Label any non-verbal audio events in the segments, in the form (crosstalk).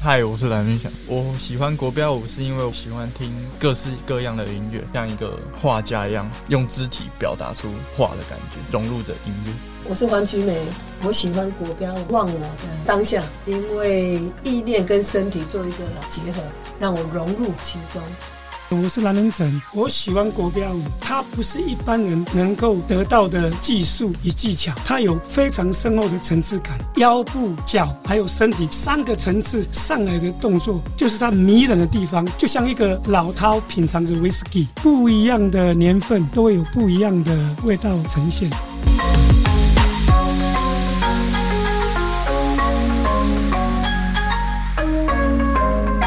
嗨，我是蓝云翔。我喜欢国标舞是因为我喜欢听各式各样的音乐，像一个画家一样，用肢体表达出画的感觉，融入着音乐。我是黄菊梅，我喜欢国标，忘我的当下，因为意念跟身体做一个结合，让我融入其中。我是蓝龙城，我喜欢国标舞，它不是一般人能够得到的技术与技巧，它有非常深厚的层次感，腰部、脚还有身体三个层次上来的动作，就是它迷人的地方，就像一个老饕品尝着威士忌，不一样的年份都会有不一样的味道呈现。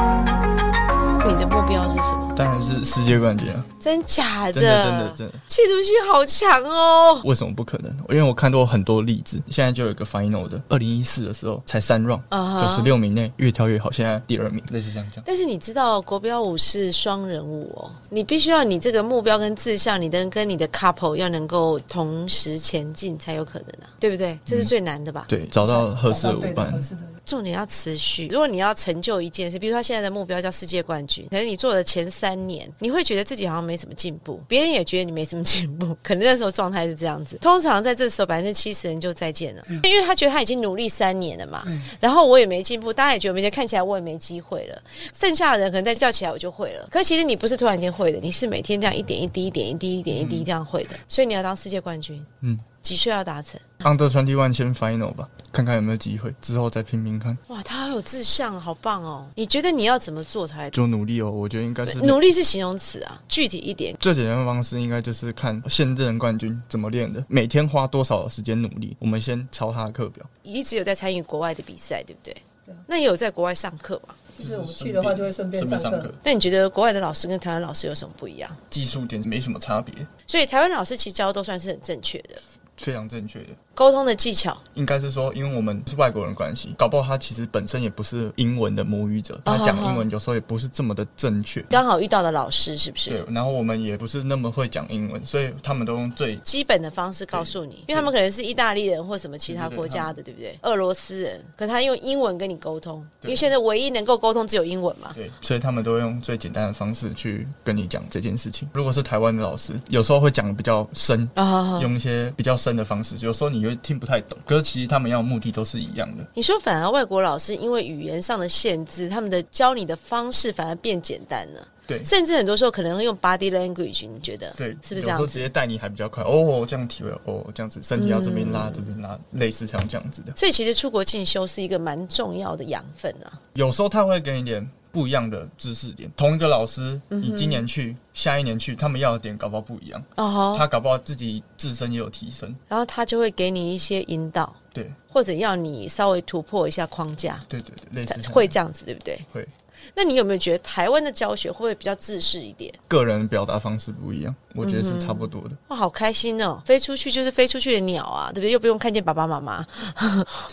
你的目标是什么？当然是世界冠军啊！真假的？真的，真的，真的，企图心好强哦！为什么不可能？因为我看过很多例子，现在就有一个 final 的，二零一四的时候才三 round，啊九十六名内越跳越好，现在第二名，类似像这样。但是你知道国标舞是双人舞哦，你必须要你这个目标跟志向，你的跟你的 couple 要能够同时前进才有可能啊，对不对？这是最难的吧？对，找到合适找的到舞对的伴合，适的人重点要持续。如果你要成就一件事，比如说他现在的目标叫世界冠军，可能你做的前三年，你会觉得自己好像没什么进步，别人也觉得你没什么进步， (laughs) 可能那时候状态是这样子。通常在这时候，百分之七十人就再见了，因为他觉得他已经努力三年了嘛，嗯然后我也没进步，大家也觉得我没进步，看起来我也没机会了。剩下的人可能再叫起来我就会了，可其实你不是突然间会的，你是每天这样一点一滴、一点一滴、一点一滴这样会的，所以你要当世界冠军，嗯几岁要达成？ ，under twenty one 先 final 吧，看看有没有机会，之后再拼拼看，哇，他好有志向，好棒哦！你觉得你要怎么做才就努力哦。我觉得应该是努力是形容词啊，具体一点。最简单的方式应该就是看现任冠军怎么练的，每天花多少时间努力。我们先抄他的课表，你一直有在参与国外的比赛，对不对对啊？那也有在国外上课嘛？就是我们去的话，就会顺便上课。，那你觉得国外的老师跟台湾老师有什么不一样？技术点没什么差别，所以台湾老师其实教的都算是很正确的，非常正确的。沟通的技巧应该是说，因为我们是外国人关系，搞不好他其实本身也不是英文的母语者，啊他讲英文有时候也不是这么的正确。刚好遇到的老师是不是对？，然后我们也不是那么会讲英文，所以他们都用最基本的方式告诉你，因为他们可能是意大利人或什么其他国家的，对不对？俄罗斯人，可他用英文跟你沟通，因对为现在唯一能够沟通只有英文嘛。对，所以他们都用最简单的方式去跟你讲这件事情。如果是台湾的老师，有时候会讲得比较深，啊，用一些比较深的方式，有时候你又听不太懂。可是其实他们要的目的都是一样的。你说，反而外国老师因为语言上的限制，他们的教你的方式反而变简单了。对甚至很多时候可能会用 body language，你觉得对，是不是这有时样候直子？接带你还比较快哦，这样体位哦，这样子身体要这边拉、这边拉，嗯类似像这样子的。所以其实出国进修是一个蛮重要的养分啊。有时候他会给你一点不一样的知识点。同一个老师，你今年去，下一年去，他们要的点搞不好不一样，哦、他搞不好自己自身也有提升。然后他就会给你一些引导，对，或者要你稍微突破一下框架，对对对，类似像会这样子，对不对？会。那你有没有觉得台湾的教学会不会比较自式一点？个人表达方式不一样，我觉得嗯是差不多的。哇，好开心哦！飞出去就是飞出去的鸟啊，对不对？又不用看见爸爸妈妈，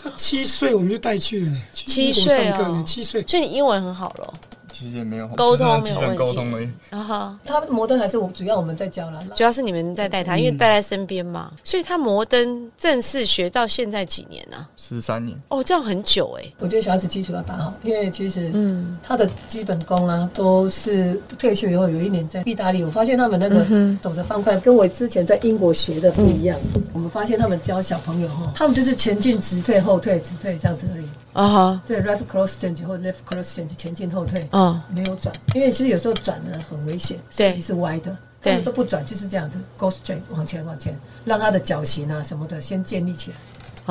他七岁我们就带去了呢，七去英国岁上课哦呢，七岁。所以你英文很好咯。其实也没有沟通只是没有基本沟问题通而已。然后。他摩登还是我主要我们在教了，主要是你们在带他，因为嗯带在身边嘛，所以他摩登正式学到现在几年啊？十三年，哦，这样很久哎、我觉得小孩子基础要打好，因为其实嗯，他的基本功啊，都是退休以后有一年在意大利，我发现他们那个走的方块跟我之前在英国学的不一样。我们发现他们教小朋友哈，他们就是前进、直退、后退、直退这样子而已。啊哈，对，left cross change 或 left cross change 前进后退，嗯，没有转，因为其实有时候转呢很危险，对身体是歪的。对他们都不转，就是这样子，go straight 往前往前，让他的脚型啊什么的先建立起来。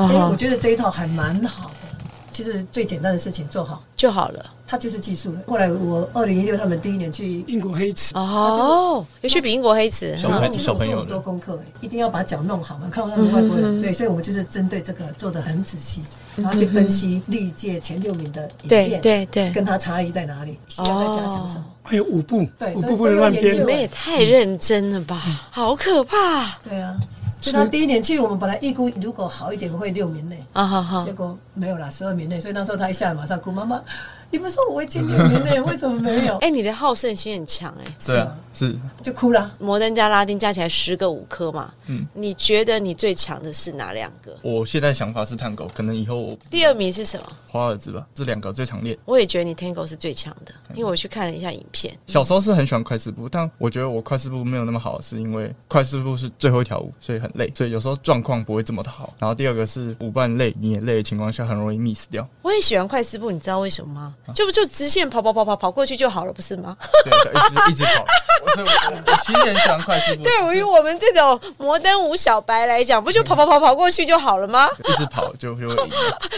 啊哎、我哈，觉得这一套还蛮好的。其实最简单的事情做好，就好了。它就是技术了。后来我二零一六他们第一年去英国黑池，哦，也去比英国黑子，小朋啊其实我们小朋友做的很多功课，一定要把脚弄好嘛。看过他们外国嗯人，对，所以我们就是针对这个做的很仔细，然后去分析历届前六名的影对片，对对，跟它差异在哪里，需要再加强什么。还有舞步对，舞都步不能乱都要研你究编对。们也太认真了吧，好可怕嗯啊对啊，所以他第一年去，我们本来预估如果好一点会六名内，！哈啊哈结，果没有啦，十二名内。所以那时候他一下来马上哭，妈妈，你不是说我会进六名 (laughs) 内，为什么没有？哎，你的好胜心很强哎。对啊，是就哭了。摩登加拉丁加起来十个五颗嘛，嗯你觉得你最强的是哪两个？我现在想法是探狗，可能以后我第二名是什么？花儿子吧，这两个最常练。我也觉得你 Tango 是最强的，因为我去看了一下影片。小时候是很喜欢快四步，但我觉得我快四步没有那么好，是因为快四步是最后一条舞，所以很累，所以有时候状况不会这么的好。然后第二个是舞伴累，你也累的情况下，很容易 miss 掉。我也喜欢快四步，你知道为什么吗？啊就不就直线跑跑跑跑跑过去就好了，不是吗？对，就一直一直跑。我所以我，我其实很喜欢快四步，对于我们这种摩登舞小白来讲，不就跑跑跑跑过去就好了吗？一直跑就就会赢。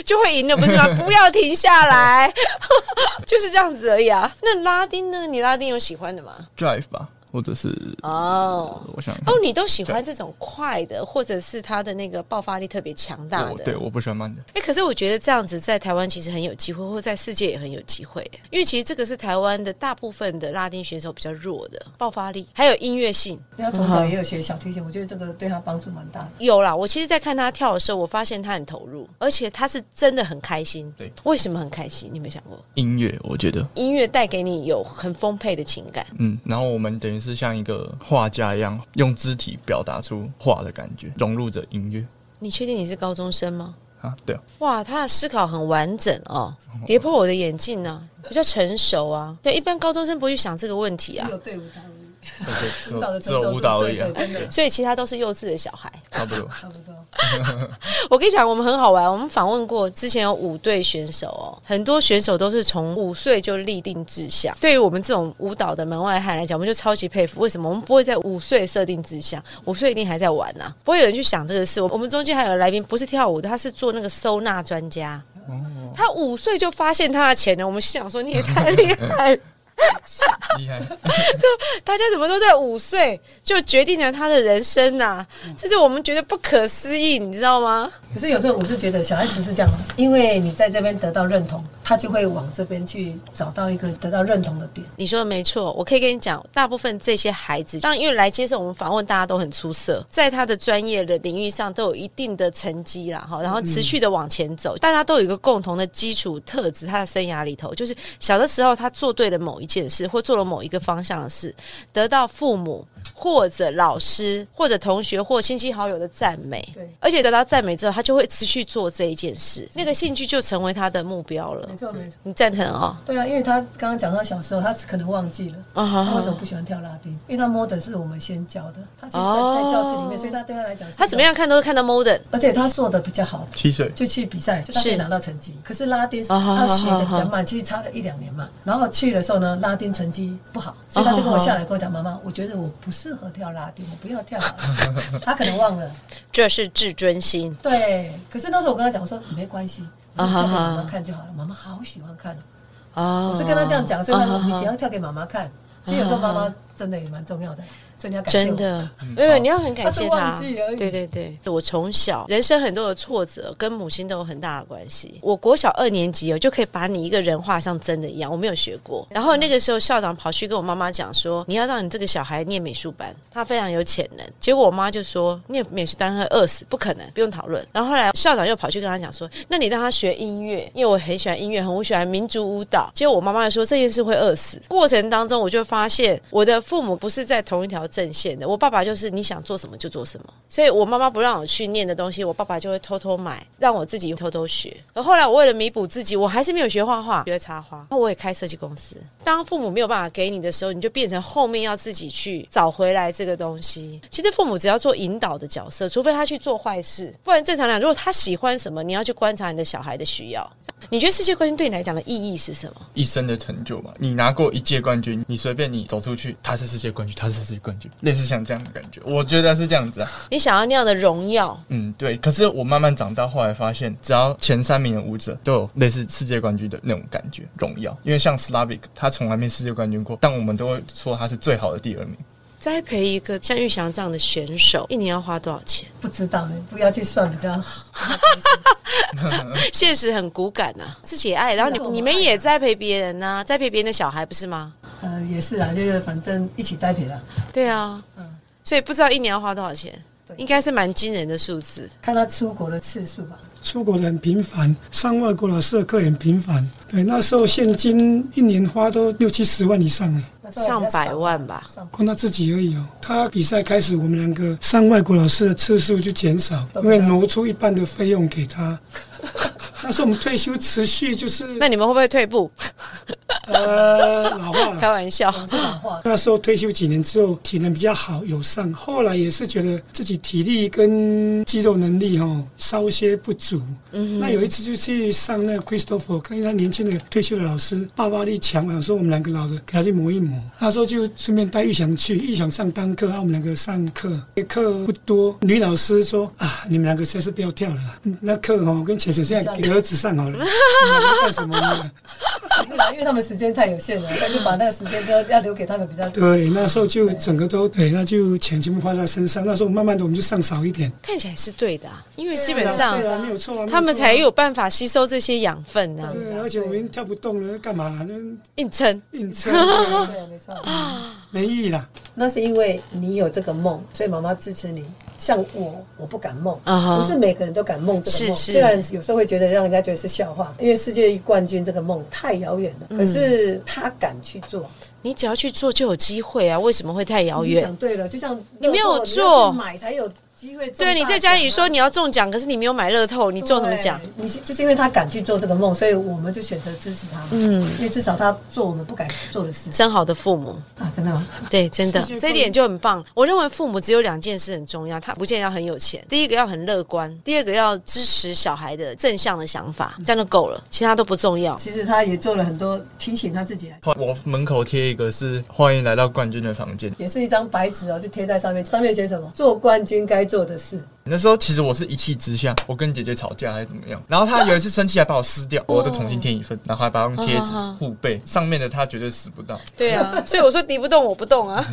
就会赢了，不是 (laughs) 吗？不要停下来， (laughs) 就是这样子而已啊。那拉丁呢？你拉丁有喜欢的吗？ drive 吧，或者是哦。我想哦，你都喜欢这种快的，或者是他的那个爆发力特别强大我的。对，我不喜欢慢的。哎、可是我觉得这样子在台湾其实很有机会，或在世界也很有机会，因为其实这个是台湾的大部分的拉丁选手比较弱的爆发力，还有音乐性。因为他从小也有学小提琴，我觉得这个对他帮助蛮大的。有啦，我其实，在看他跳的时候，我发现他很投入，而且他是真的很开心。对，为什么很开心？你有没有想过，音乐，我觉得，音乐带给你有很丰沛的情感？嗯，然后我们等于是像一个画家一样，用肢体表达出画的感觉，融入着音乐你确定你是高中生吗？啊，对啊，哇，他的思考很完整哦，跌破我的眼镜呢、比较成熟啊。对，一般高中生不会去想这个问题啊只，有队伍单对舞蹈的只成有熟舞度，蹈而对已啊对，，真的所以其他都是幼稚的小孩。差不多。差不多。我跟你讲，我们很好玩。我们访问过之前有五队选手哦，很多选手都是从五岁就立定志向。对于我们这种舞蹈的门外汉来讲，我们就超级佩服。为什么我们不会在五岁设定志向？五岁一定还在玩呐、不会有人去想这个事。我们中间还有来宾不是跳舞的，他是做那个收纳专家。他五岁就发现他的潜能，我们心想说你也太厉害了 (laughs) 厉害，大家怎么都在五岁就决定了他的人生呐、这是我们觉得不可思议，你知道吗？可是有时候我是觉得小孩子是这样，啊因为你在这边得到认同，他就会往这边去找到一个得到认同的点。你说的没错，我可以跟你讲，大部分这些孩子，当然因为来接受我们访问，大家都很出色，在他的专业的领域上都有一定的成绩啦，哈，嗯然后持续的往前走，大家都有一个共同的基础特质，他的生涯里头，就是小的时候他做对了某一件事，或做了某一个方向的事，得到父母或者老师或者同学或亲戚好友的赞美，对而且得到赞美之后，他就会持续做这一件事，那个兴趣就成为他的目标了没。错，没错。你赞成哦？对啊，因为他刚刚讲到小时候，他可能忘记了。啊、他为什么不喜欢跳拉丁？因为他 modern 是我们先教的，他其实在在教室里面，所以他对他来讲是一种哦他怎么？样看都是看到 modern。而且他做的比较好，七岁就去比赛，就他可以拿到成绩。可是拉丁是啊哈他学的比哈较哈慢，其实差了一两年嘛。然后去的时候呢，拉丁成绩不好，所以哦他就跟我下来跟我讲：“妈妈，我觉得我不适合跳拉丁，我不要跳了。” (laughs) 他可能忘了。这是自尊心。对，可是那时候我跟他讲，我说没关系，你啊哈跳哈给妈妈看就好了。妈妈好喜欢看，哦我是跟他这样讲，所以他说啊你只要跳给妈妈看。其实有时候妈妈真的也蛮重要的，所以你要感谢我真。嗯的，没有你要很感谢他他是忘记而。已对对对，我从小人生很多的挫折跟母亲都有很大的关系。我国小二年级哦，就可以把你一个人画像真的一样，我没有学过。嗯然后那个时候校长跑去跟我妈妈讲说，你要让你这个小孩念美术班，他非常有潜能。结果我妈就说，念美术班会饿死，不可能，不用讨论。然后后来校长又跑去跟他讲说，那你让他学音乐，因为我很喜欢音乐，很喜欢民族舞蹈。结果我妈妈就说这件事会饿死。过程当中，我就发现我的父母不是在同一条阵线的。我爸爸就是你想做什么就做什么，所以我妈妈不让我去念的东西，我爸爸就会偷偷买，让我自己偷偷学。而后来我为了弥补自己，我还是没有学画画，学插花。那我也开设计公司。当父母没有办法给你的时候，你就变成后面要自己去找回来这个东西。其实父母只要做引导的角色，除非他去做坏事，不然正常来讲，如果他喜欢什么，你要去观察你的小孩的需要。你觉得世界冠军对你来讲的意义是什么？一生的成就吧。你拿过一届冠军，你随便你走出去，他是世界冠军，他是世界冠军，类似像这样的感觉，我觉得是这样子啊。你想要那样的荣耀，嗯，对。可是我慢慢长大，后来发现，只要前三名的舞者都有类似世界冠军的那种感觉荣耀，因为像 Slavic 他从来没世界冠军过，但我们都会说他是最好的第二名。栽培一个像玉祥这样的选手，一年要花多少钱？ (laughs) 不知道呢，不要去算比较好。现实很骨感呐、啊，自己也爱，然后是啊我你们你们也栽培别人呐、栽培别人的小孩不是吗？呃，也是啊，就是反正一起栽培啦。对啊，嗯所以不知道一年要花多少钱对，应该是蛮惊人的数字。看他出国的次数吧。出国的很频繁，上外国老师的课也很频繁。对，那时候现金一年花都六七十万以上哎，那时候上比较少百万吧，上光他自己而已哦。他比赛开始，我们两个上外国老师的次数就减少，因为挪出一半的费用给他。 (laughs) 但是我们退休持续就是那你们会不会退步？呃老化了开。玩笑，百是老话，那时候退休几年之后，体能比较好，有上。后来也是觉得自己体力跟肌肉能力哦稍些不足。嗯，那有一次就去上那个 Christopher 跟他年轻的退休的老师爆发力强嘛，我说我们两个老的给他去磨一磨。那时候就顺便带玉祥去，玉祥上单课，啊我们两个上课，课不多。女老师说啊，你们两个实在是不要跳了啦，嗯那课哦跟浅水现在给儿子上好了，你们在干什么呢？不是啊啦，因为他们时间太有限了，所以就把那个时间都要要留给他们比较 (laughs) 多。对，那时候就整个都对，那就钱全部花在身上。那时候慢慢的我们就上少一点， (laughs) 看起来是对的、啊，因为基是本啊上是啊，没有错啊，他们才没错有办法吸收这些养分呢、啊。啊，对，而且我们跳不动了，干嘛啦？那硬撑。硬撑对啊对，没错。没意义啦。那是因为你有这个梦，所以妈妈支持你。像我，我不敢梦啊哈不是每个人都敢梦这个梦。是是虽然有时候会觉得让人家觉得是笑话，因为世界冠军这个梦太遥远嗯了。可是他敢去做，你只要去做就有机会啊，为什么会太遥你远讲？对了，就像你没有乐透做你要去买才有机会中大奖对，啊。你在家里说你要中奖，可是你没有买乐透，你中什么奖？对？你是就是因为他敢去做这个梦，所以我们就选择支持他。嗯，因为至少他做我们不敢做的事真好的父母，啊，真的吗？对，真的世界冠军这一点就很棒。我认为父母只有两件事很重要，他不见得要很有钱，第一个要很乐观，第二个要支持小孩的正向的想法，这样就够了，其他都不重要。其实他也做了很多提醒他自己来。啊后来我门口贴一个是欢迎来到冠军的房间。也是一张白纸哦，就贴在上面，上面写什么？做冠军该做的事。那时候其实我是一气之下，我跟姐姐吵架还是怎么样，然后她有一次生气还把我撕掉，我再重新贴一份，然后还把它用贴纸护背，上面的她绝对撕不到。对啊，所以我说敌不动我不动啊，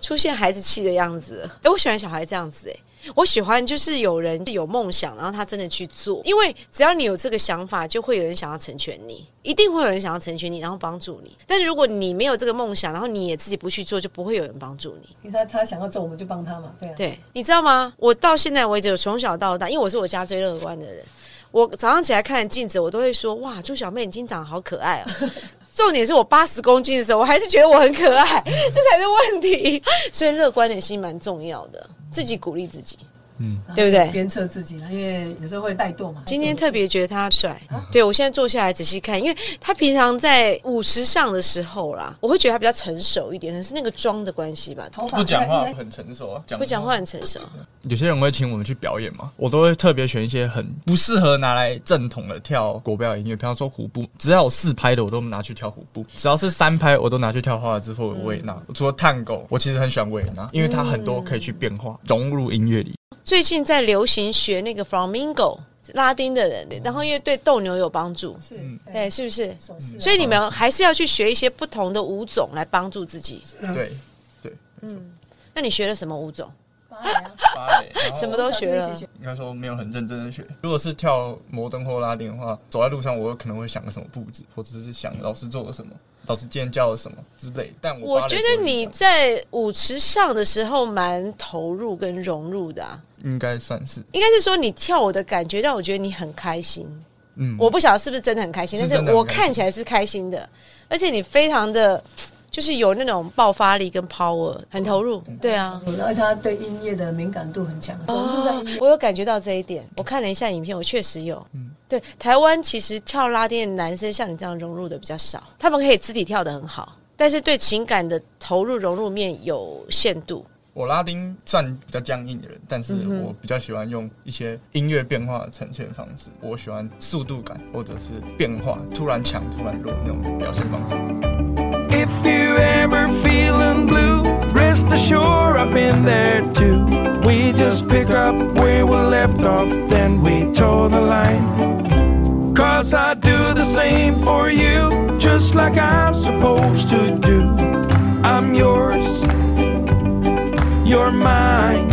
出现孩子气的样子。哎、我喜欢小孩这样子哎、我喜欢就是有人有梦想，然后他真的去做，因为只要你有这个想法，就会有人想要成全你，一定会有人想要成全你，然后帮助你。但是如果你没有这个梦想，然后你也自己不去做，就不会有人帮助你。因为他他想要做，我们就帮他嘛，对啊。对，你知道吗？我到现在为止，我从小到大，因为我是我家最乐观的人，我早上起来看镜子，我都会说：“哇，朱小妹，你今天长得好可爱哦。”重点是我八十公斤的时候，我还是觉得我很可爱，这才是问题。所以乐观的心蛮重要的，自己鼓励自己。然后对不对鞭策自己啦，因为有时候会怠惰嘛。今天特别觉得他帅，对我现在坐下来仔细看，因为他平常在五十上的时候啦，我会觉得他比较成熟一点，可能是那个妆的关系吧，头发不讲话应该很成熟啊，不讲话。很成熟。有些人会请我们去表演嘛，我都会特别选一些很不适合拿来正统的跳国标音乐，比方说胡步，只要有四拍的我都拿去跳胡步，只要是三拍我都拿去跳华尔兹或者维也纳。除了探戈，我其实很喜欢维也纳，因为它很多可以去变化，融入音乐里。最近在流行学那个 flamingo 拉丁的人，然后因为对斗牛有帮助，是嗯对，对是不是？手势啊，所以你们还是要去学一些不同的舞种来帮助自己。(laughs) 啊，对对，没错那你学了什么舞种？芭蕾啊芭蕾然后什么都学了。应该说没有很认真的学。如果是跳摩登或拉丁的话，走在路上我有可能会想个什么步子，或者是想老师做了什么，老师今天教了什么之类。但我我芭蕾觉不得会你这样在舞池上的时候蛮投入跟融入的、啊，应该算是，应该是说你跳舞的感觉让我觉得你很开心。嗯，我不晓得是不是真的很开心，是但真是的很我开看心起来是开心的，而且你非常的就是有那种爆发力跟 power，很投入。嗯对啊，而且他对音乐的敏感度很强，融入在音嗯乐。我有感觉到这一点，我看了一下影片，我确实有。对，台湾其实跳拉丁的男生像你这样融入的比较少，他们可以肢体跳得很好，但是对情感的投入融入面有限度。我拉丁算比较僵硬的人，但嗯是我比较喜欢用一些音乐变化的呈现方式。我喜欢速度感或者是变化，突然强突然弱那种表现方式。嗯 If you ever feeling blue, rest assured I've been there too. We just pick up where we left off, then we toe the line. Cause I do the same for you, just like I'm supposed to do. I'm yours, you're mine.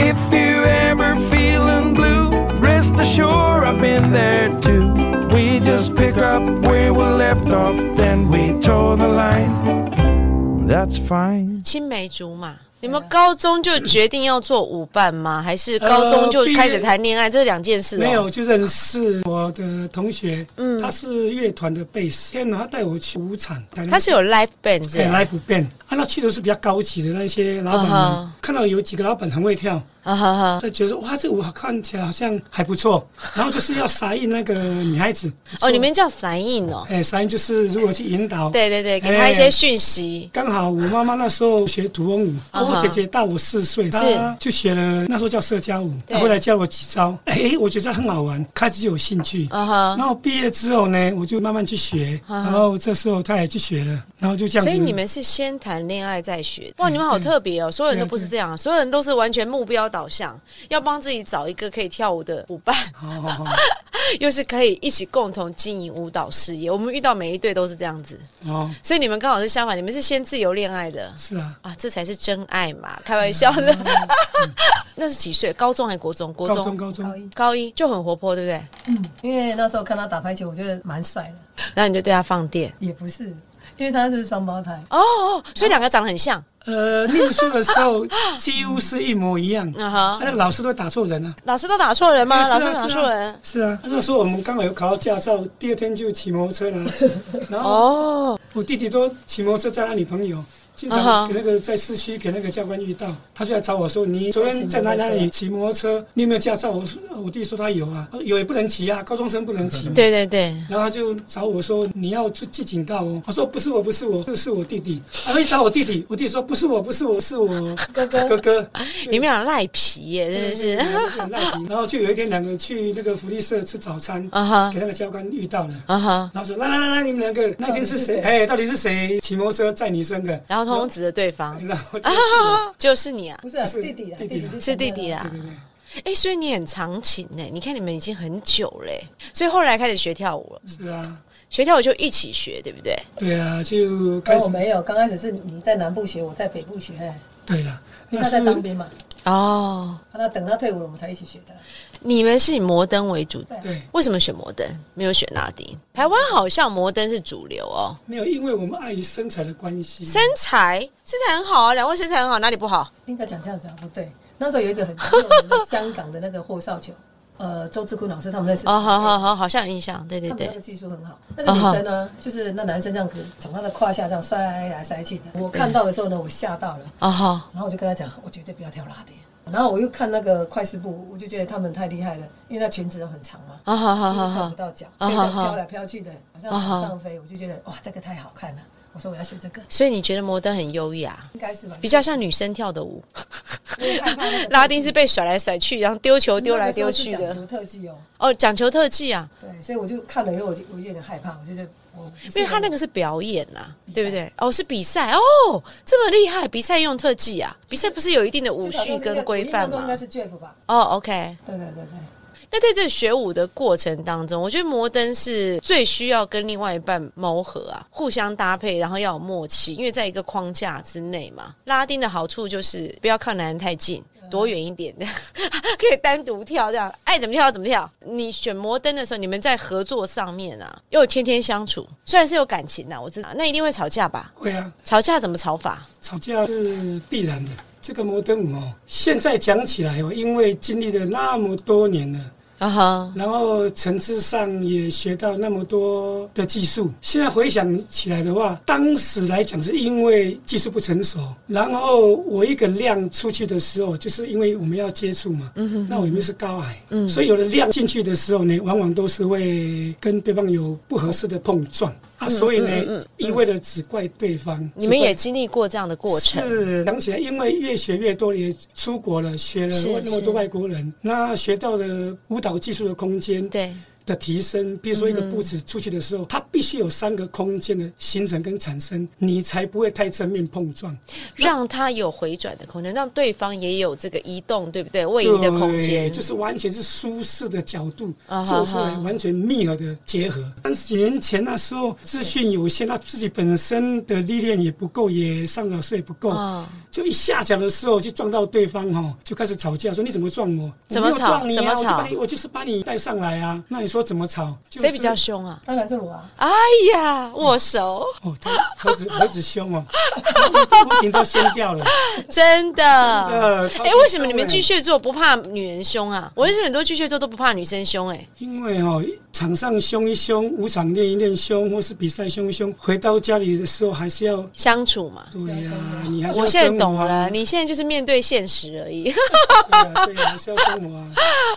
If you ever feeling blue, rest assured I've been there too. We just pick up where we left off, then we toe the line. That's fine. 青梅竹啊马。你们高中就决定要做舞伴吗？还是高中就开始谈恋爱？ (laughs) 这是嗯两件事、哦。呃没有，就认识我的同学，他是乐团的贝斯，天哪，他带我去舞场，他是有 live band 是哎吧 live band，啊，那去的是比较高级的那些老板们嗯哼看到有几个老板很会跳，啊哈哈。就觉得哇，这舞好看起来好像还不错，然后就是要撒印那个女孩子，哦，你们叫散印哦。哎，撒印就是如何去引导，对对对，给他一些讯息。刚好我妈妈那时候学土风舞，啊哈我姐姐大我四岁，她就学了那时候叫社交舞，对后来教我几招，哎，我觉得很好玩，开始就有兴趣。啊哈。然后毕业之后呢，我就慢慢去学，啊哈然后这时候她也去学了，然后就这样子。嗯所以你们是先谈恋爱再学，哇，你们好特别哦！所有人都不是这样啊，所有人都是完全目标导向，要帮自己找一个可以跳舞的舞伴， (laughs) 好好好又是可以一起共同经营舞蹈事业。我们遇到每一对都是这样子，哦，所以你们刚好是相反，你们是先自由恋爱的是啊，啊，这才是真爱嘛，开玩笑嗯的。 (laughs) 那是几岁？高中还是国中？国高中中。高高中，一，高一就很活泼，对不对？因为那时候看他打排球，我觉得蛮帅的，然后你就对他放电也不是，因为他是双胞胎，哦哦，啊所以两个长得很像，呃，念书的时候 (laughs) 几乎是一模一样，嗯哼那个老师都打错人啊。老师都打错人吗？是啊老师都打是啊错人是啊，那时候我们刚好有考到驾照，第二天就骑摩托车了，然后哦。我弟弟都骑摩托车载他女朋友，经啊哈常给那个在市区给那个教官遇到，他就来找我说：“你昨天在哪哪里骑摩托车？你有没有驾照？”我说：“我弟弟说他有啊，有也不能骑啊，高中生不能骑。”。对对对，然后他就找我说：“你要去记警告哦。”我说：“不是我，不是我，这是我弟弟。”他说：“去找我弟弟。”我弟说：“不是我，不是我，是我哥 (laughs) 哥哥哥。”你们俩赖皮耶，真的是 (laughs) 然后就有一天，两个去那个福利社吃早餐，啊哈给那个教官遇到了。啊哈。然后说来来来来，你们两个那天是哦谁？哎，到底是谁骑摩托车载女生的？然后通通指着对方，然后就是我就是你啊，不是啊是弟弟啦，弟弟啦就是弟弟啦 (laughs) 对。对对，哎，所以你很长情呢。你看你们已经很久嘞，所以后来开始学跳舞了。是啊，学跳舞就一起学，对不对？对啊，就跟开哦我始没有，刚开始是你在南部学，我在北部学，哎对了。因那为他是在当兵嘛，哦，那等他退伍了，我们才一起学的。你们是以摩登为主，对，为什么选摩登？没有选拉丁？台湾好像摩登是主流哦。没有，因为我们碍于身材的关系，身材，身材很好啊，两位身材很好，哪里不好？应该讲这样子啊，不对。那时候有一个很知名的香港的那个霍少球，呃，周志坤老师他们认识，哦，好好好，好像有印象，对对他们对那个。技术很好。那个女生呢，就是那男生这样子从她的胯下这样摔来摔去的。我看到的时候呢，我吓到了，哦哈，然后我就跟他讲，我绝对不要跳拉丁。然后我又看那个快四步，我就觉得他们太厉害了，因为那裙子都很长嘛，哦好好几好乎看好不，到脚，啊就这样哈哈飘来飘去的，好像啊哈朝上飞。我就觉得哇，这个太好看了，我说我要学这个，所以你觉得摩登很优雅，应该是吧？比较像女生跳的舞。因为害怕 (laughs) 那个特技拉丁是被甩来甩去，然后丢球丢来丢去那个时候是的讲。求特技哦。哦，讲求特技啊，对，所以我就看了以后，我就我就有点害怕，我就觉得我因为他那个是表演啊，对不对？哦，是比赛哦，这么厉害，比赛用特技啊？比赛不是有一定的舞序跟规范应吗该？是 Jeff 吧？哦，OK。对对对对，那在这个学舞的过程当中，我觉得摩登是最需要跟另外一半磨合啊，互相搭配，然后要有默契，因为在一个框架之内嘛。拉丁的好处就是不要靠男人太近，躲远一点， (laughs) 可以单独跳，这样爱怎么跳怎么跳。你选摩登的时候，你们在合作上面啊，又有天天相处，虽然是有感情呐、我知道，那一定会吵架吧？会啊，吵架怎么吵法？吵架是必然的。这个摩登舞哦，现在讲起来哦，因为经历了那么多年了，啊哈，然后层次上也学到那么多的技术。现在回想起来的话，当时来讲是因为技术不成熟，然后我一个量出去的时候，就是因为我们要接触嘛，嗯那我们是高矮，所以有了量进去的时候呢，往往都是会跟对方有不合适的碰撞。嗯啊，所以呢，一味的只怪对方。你们也经历过这样的过程，是想起来，因为越学越多，也出国了，学了是那么是多外国人，那学到了舞蹈技术的空间对，的提升。比如说一个步子出去的时候，它必须有三个空间的形成跟产生，你才不会太正面碰撞。让他有回转的空间，让对方也有这个移动，对不对？位移的空对间，就是完全是舒适的角度、啊哈哈做出来，完全密合的结合。但是年前那时候资讯有限，他自己本身的历练也不够，也上老师也不够，啊就一下脚的时候就撞到对方哈、哦，就开始吵架，说你怎么撞我？怎么我没有吵撞你怎么啊？我就吵把你，我就是把你带上来啊。那你说怎么吵？就是谁比较凶啊？当然是我啊，哎呀，握手，哦，他何止何止凶哦，屋顶都掀掉了。真的。的超级哎，为什么你们凶哎巨蟹座不怕女人凶啊？我认识很多巨蟹座都不怕女生凶，哎，因为哦，场上凶一凶，舞场练一练凶，或是比赛凶一凶，回到家里的时候还是要相处嘛。对呀、你还是要我现在生活懂了，啊你现在就是面对现实而已。 (laughs) 对呀、对呀、还是要生活啊。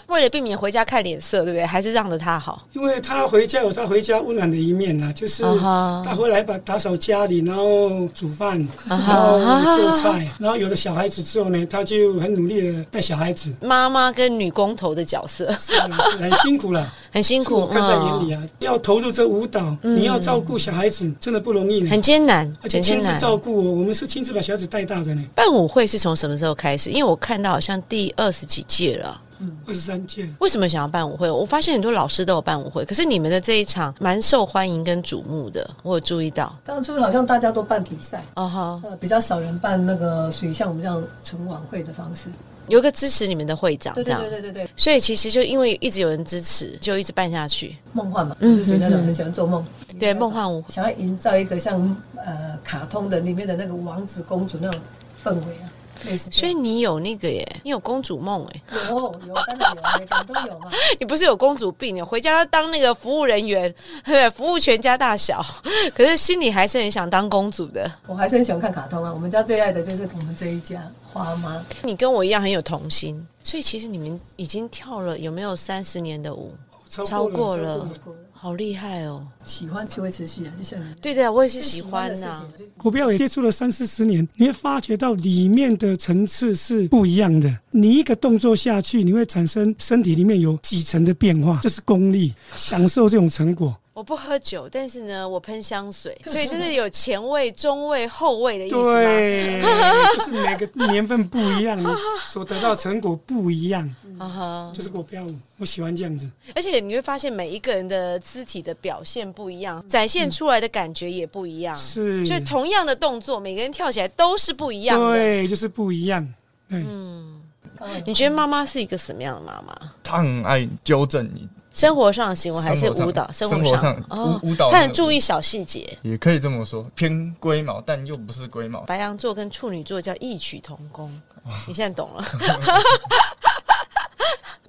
为了避免回家看脸色，对不对？还是让着他好。因为他回家有他回家温暖的一面啊，就是啊哈他回来把打扫家里，然后煮饭，啊然哈后做菜，然后有了小孩子之后呢，他就很努力的带小孩子，妈妈跟女工头的角色是啊是很辛苦了。很辛是我苦，看在眼里嗯啊，要投入这舞蹈，你要照顾小孩子，真的不容易呢。很艰难，而且很艰亲自难照顾我，我们是亲自把小孩子带大的呢，办舞会是从什么时候开始？因为我看到好像第二十几届了。二十三件。为什么想要办舞会？我发现很多老师都有办舞会，可是你们的这一场蛮受欢迎跟瞩目的，我有注意到。当初好像大家都办比赛，啊哈，呃，比较少人办那个属于像我们这样纯晚会的方式。有一个支持你们的会长，对啊这对样对。对对对，所以其实就因为一直有人支持，就一直办下去。梦幻嘛，嗯就是那种嗯嗯很喜欢做梦，对，梦幻舞会想要营造一个像呃卡通的里面的那个王子公主那种氛围啊，类似这所以样。你有那个耶，你有公主梦 (laughs) 哎，有有当然有，每个人都有 (laughs) 嘛。你不是有公主病，你回家要当那个服务人员，对，服务全家大小，可是心里还是很想当公主的。我还是很喜欢看卡通啊，我们家最爱的就是我们这一家花妈。你跟我一样很有童心，所以其实你们已经跳了有没有三十年的舞？超超过过了了，我过了好厉害哦！喜欢就会持续啊，就像你对的呀，我也是最喜欢啊的事呐、情就股票也接触了三四十年，你会发觉到里面的层次是不一样的。你一个动作下去，你会产生身体里面有几层的变化，这是功力，享受这种成果。我不喝酒，但是呢，我喷香水，所以就是有前卫、中卫、后卫的意思吗？对， (laughs) 就是每个年份不一样，所得到成果不一样，啊哈！就是股票，我喜欢这样子。而且你会发现每一个人的肢体的表现不一样，展现出来的感觉也不一样。是所以同样的动作，每个人跳起来都是不一样的。对，就是不一样。对，刚好有你觉得妈妈是一个什么样的妈妈？他很爱纠正你，生活上的行为还是生活上舞蹈？生生活上上舞舞蹈她那很个注意小细节。也可以这么说，偏龟毛，但又不是龟毛。白羊座跟处女座叫异曲同 (laughs) 工，你现在懂了。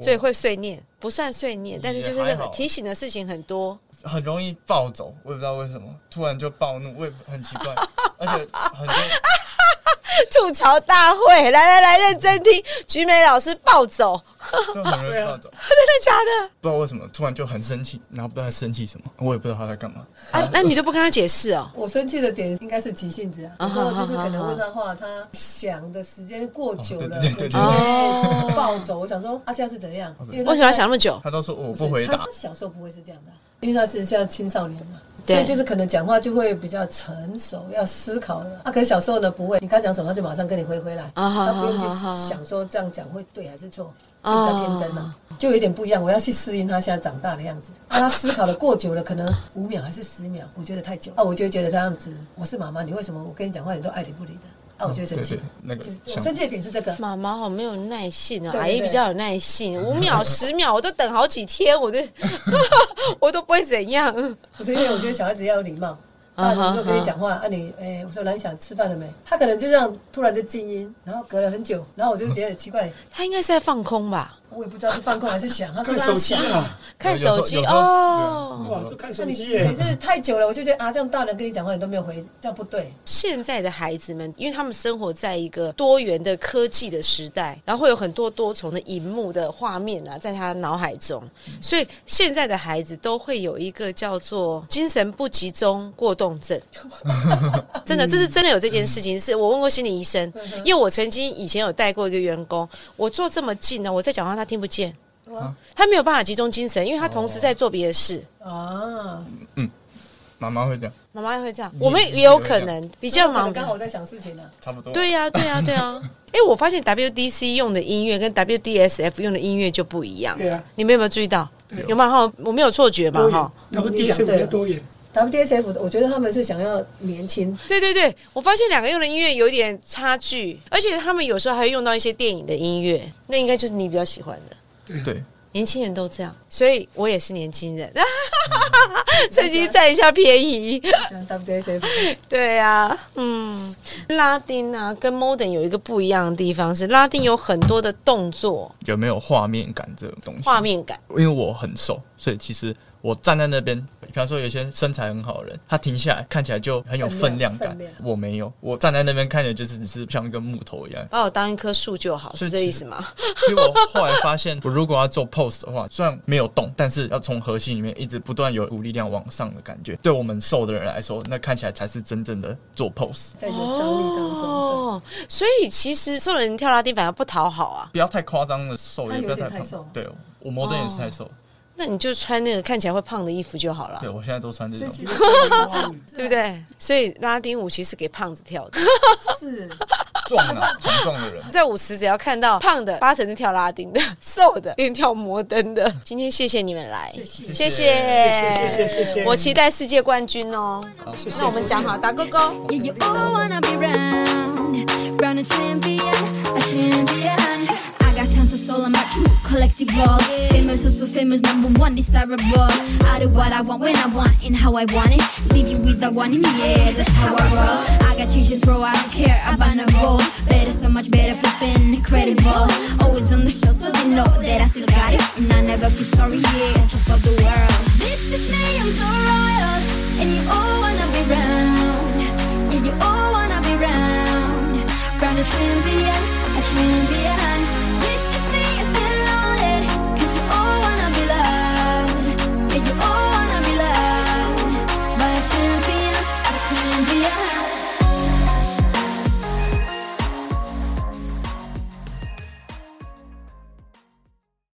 所以会碎念，不算碎念，但是就是那也还个好提醒的事情很多。 (laughs) 很容易暴走，我也不知道为什么，突然就暴怒，我也很奇 (laughs) 怪，而且很多吐槽大会，来来来，认真听，菊美老师暴走，就很容易暴走，真的假的？不知道为什么突然就很生气，然后不知道他生气什么，我也不知道他在干嘛。 (laughs) 啊，那你都不跟他解释哦？我生气的点应该是急性子啊，啊有时候就是哈可能哈问他话，他想的时间过久了，哦对哦对对对对我哦就暴走。我想说，啊他现在是怎样？因他为什么要想那么久？他都说我不不回答他，小时候不会是这样的啊，因为他是现在青少年嘛。对所以就是可能讲话就会比较成熟，要思考了。啊，可是小时候呢不会，你跟他讲什么他就马上跟你回回来，啊哈他不用去哈哈哈想说这样讲会对还是错，就比较哦天真了啊，就有点不一样。我要去适应他现在长大的样子。啊，他思考的过久了，可能五秒还是十秒，我觉得太久啊，我就会觉得这样子，我是妈妈，你为什么我跟你讲话你都爱理不理的？啊，我就会生气嗯对对。那个就是我想生气的点是这个，妈妈好没有耐性哦，对对阿姨对比较有耐性，五秒、十秒我都 (laughs) 等好几天，我都我都不会怎样。我是因为我觉得小孩子要有礼貌，那你就跟你讲话，那、你哎、我说蓝想吃饭了没？他可能就这样突然就静音，然后隔了很久，然后我就觉得很奇怪，他应该是在放空吧？我也不知道是放空还是想，他说看他手机想。啊，看手机有时候啊哦。哇，就看手那你机可耶。是太久了，我就觉得啊，这样大人跟你讲话你都没有回，这样不对。现在的孩子们，因为他们生活在一个多元的科技的时代，然后会有很多多重的荧幕的画面啊，在他脑海中，嗯所以现在的孩子都会有一个叫做精神不集中过动 (laughs) 症。真的，这是真的有这件事情，是我问过心理医生，嗯因为我曾经以前有带过一个员工，我坐这么近呢，我在讲话他听不见，啊哇他没有办法集中精神，因为他同哦时在做别的事。啊，妈妈会这样，妈妈会这样，你我们也有可能比较那可忙能，刚好我在想事情了。差不 (laughs) 多。对呀、对呀、对呀、 (laughs) 哎、我发现 WDC 用的音乐跟 WDSF 用的音乐就不一样。对啊，你们有没有注意到？对有吗？哈，我没有错觉嘛？多元哈， ，WDS 比较多元， WDSF，我觉得他们是想要年轻，对对对，我发现两个用的音乐有一点差距，而且他们有时候还会用到一些电影的音乐，那应该就是你比较喜欢的。对，年轻人都这样，所以我也是年轻 (laughs) 人，趁机占一下便宜。喜欢 WDSF。对啊，嗯，拉丁啊，跟 modern 有一个不一样的地方是，拉丁有很多的动作、有没有画面感这种东西？画面感。因为我很瘦，所以其实我站在那边，比方说有些身材很好的人，他停下来看起来就很有分量感。分量我没有，我站在那边看起来就是只是像一根木头一样。把我当一棵树就好，是是这意思吗？所以我后来发现，我如果要做 pose 的话，虽然没有动，但是要从核心里面一直不断有股力量往上的感觉。对我们瘦的人来说，那看起来才是真正的做 pose。在有张力当中，哦，所以其实瘦人跳拉丁反而不讨好啊，不要太夸张的瘦，他也不有要点太太胖。瘦对，我摩登也是太瘦。那你就穿那个看起来会胖的衣服就好了对，。我现在都穿这对所种。以其实是对不对？所以拉丁舞其实给胖子跳的， (laughs) 是壮啊，强壮的人。在舞池只要看到胖的，八成是跳拉丁的，瘦的 (laughs) 一定跳摩登的。今天谢谢你们来，谢谢谢谢，谢谢谢谢。我期待世界冠军哦。谢谢那我们讲好，打勾勾。 Yeah, you all wanna be round, round a champion, a champion. I got tons of soul on my true collective wall. Famous, also famous, number one desirable. I do what I want when I want and how I want it. Leave you with the one in the air, that's how I roll. I got changes, bro, I don't care about no role. Better, so much better, flipping incredible. Always on the show, so they know that I still got it. And I never feel sorry, yeah, top of the world. This is me, I'm so royal, and you all wanna be round. Yeah, you all wanna be round, round a champion, a champion.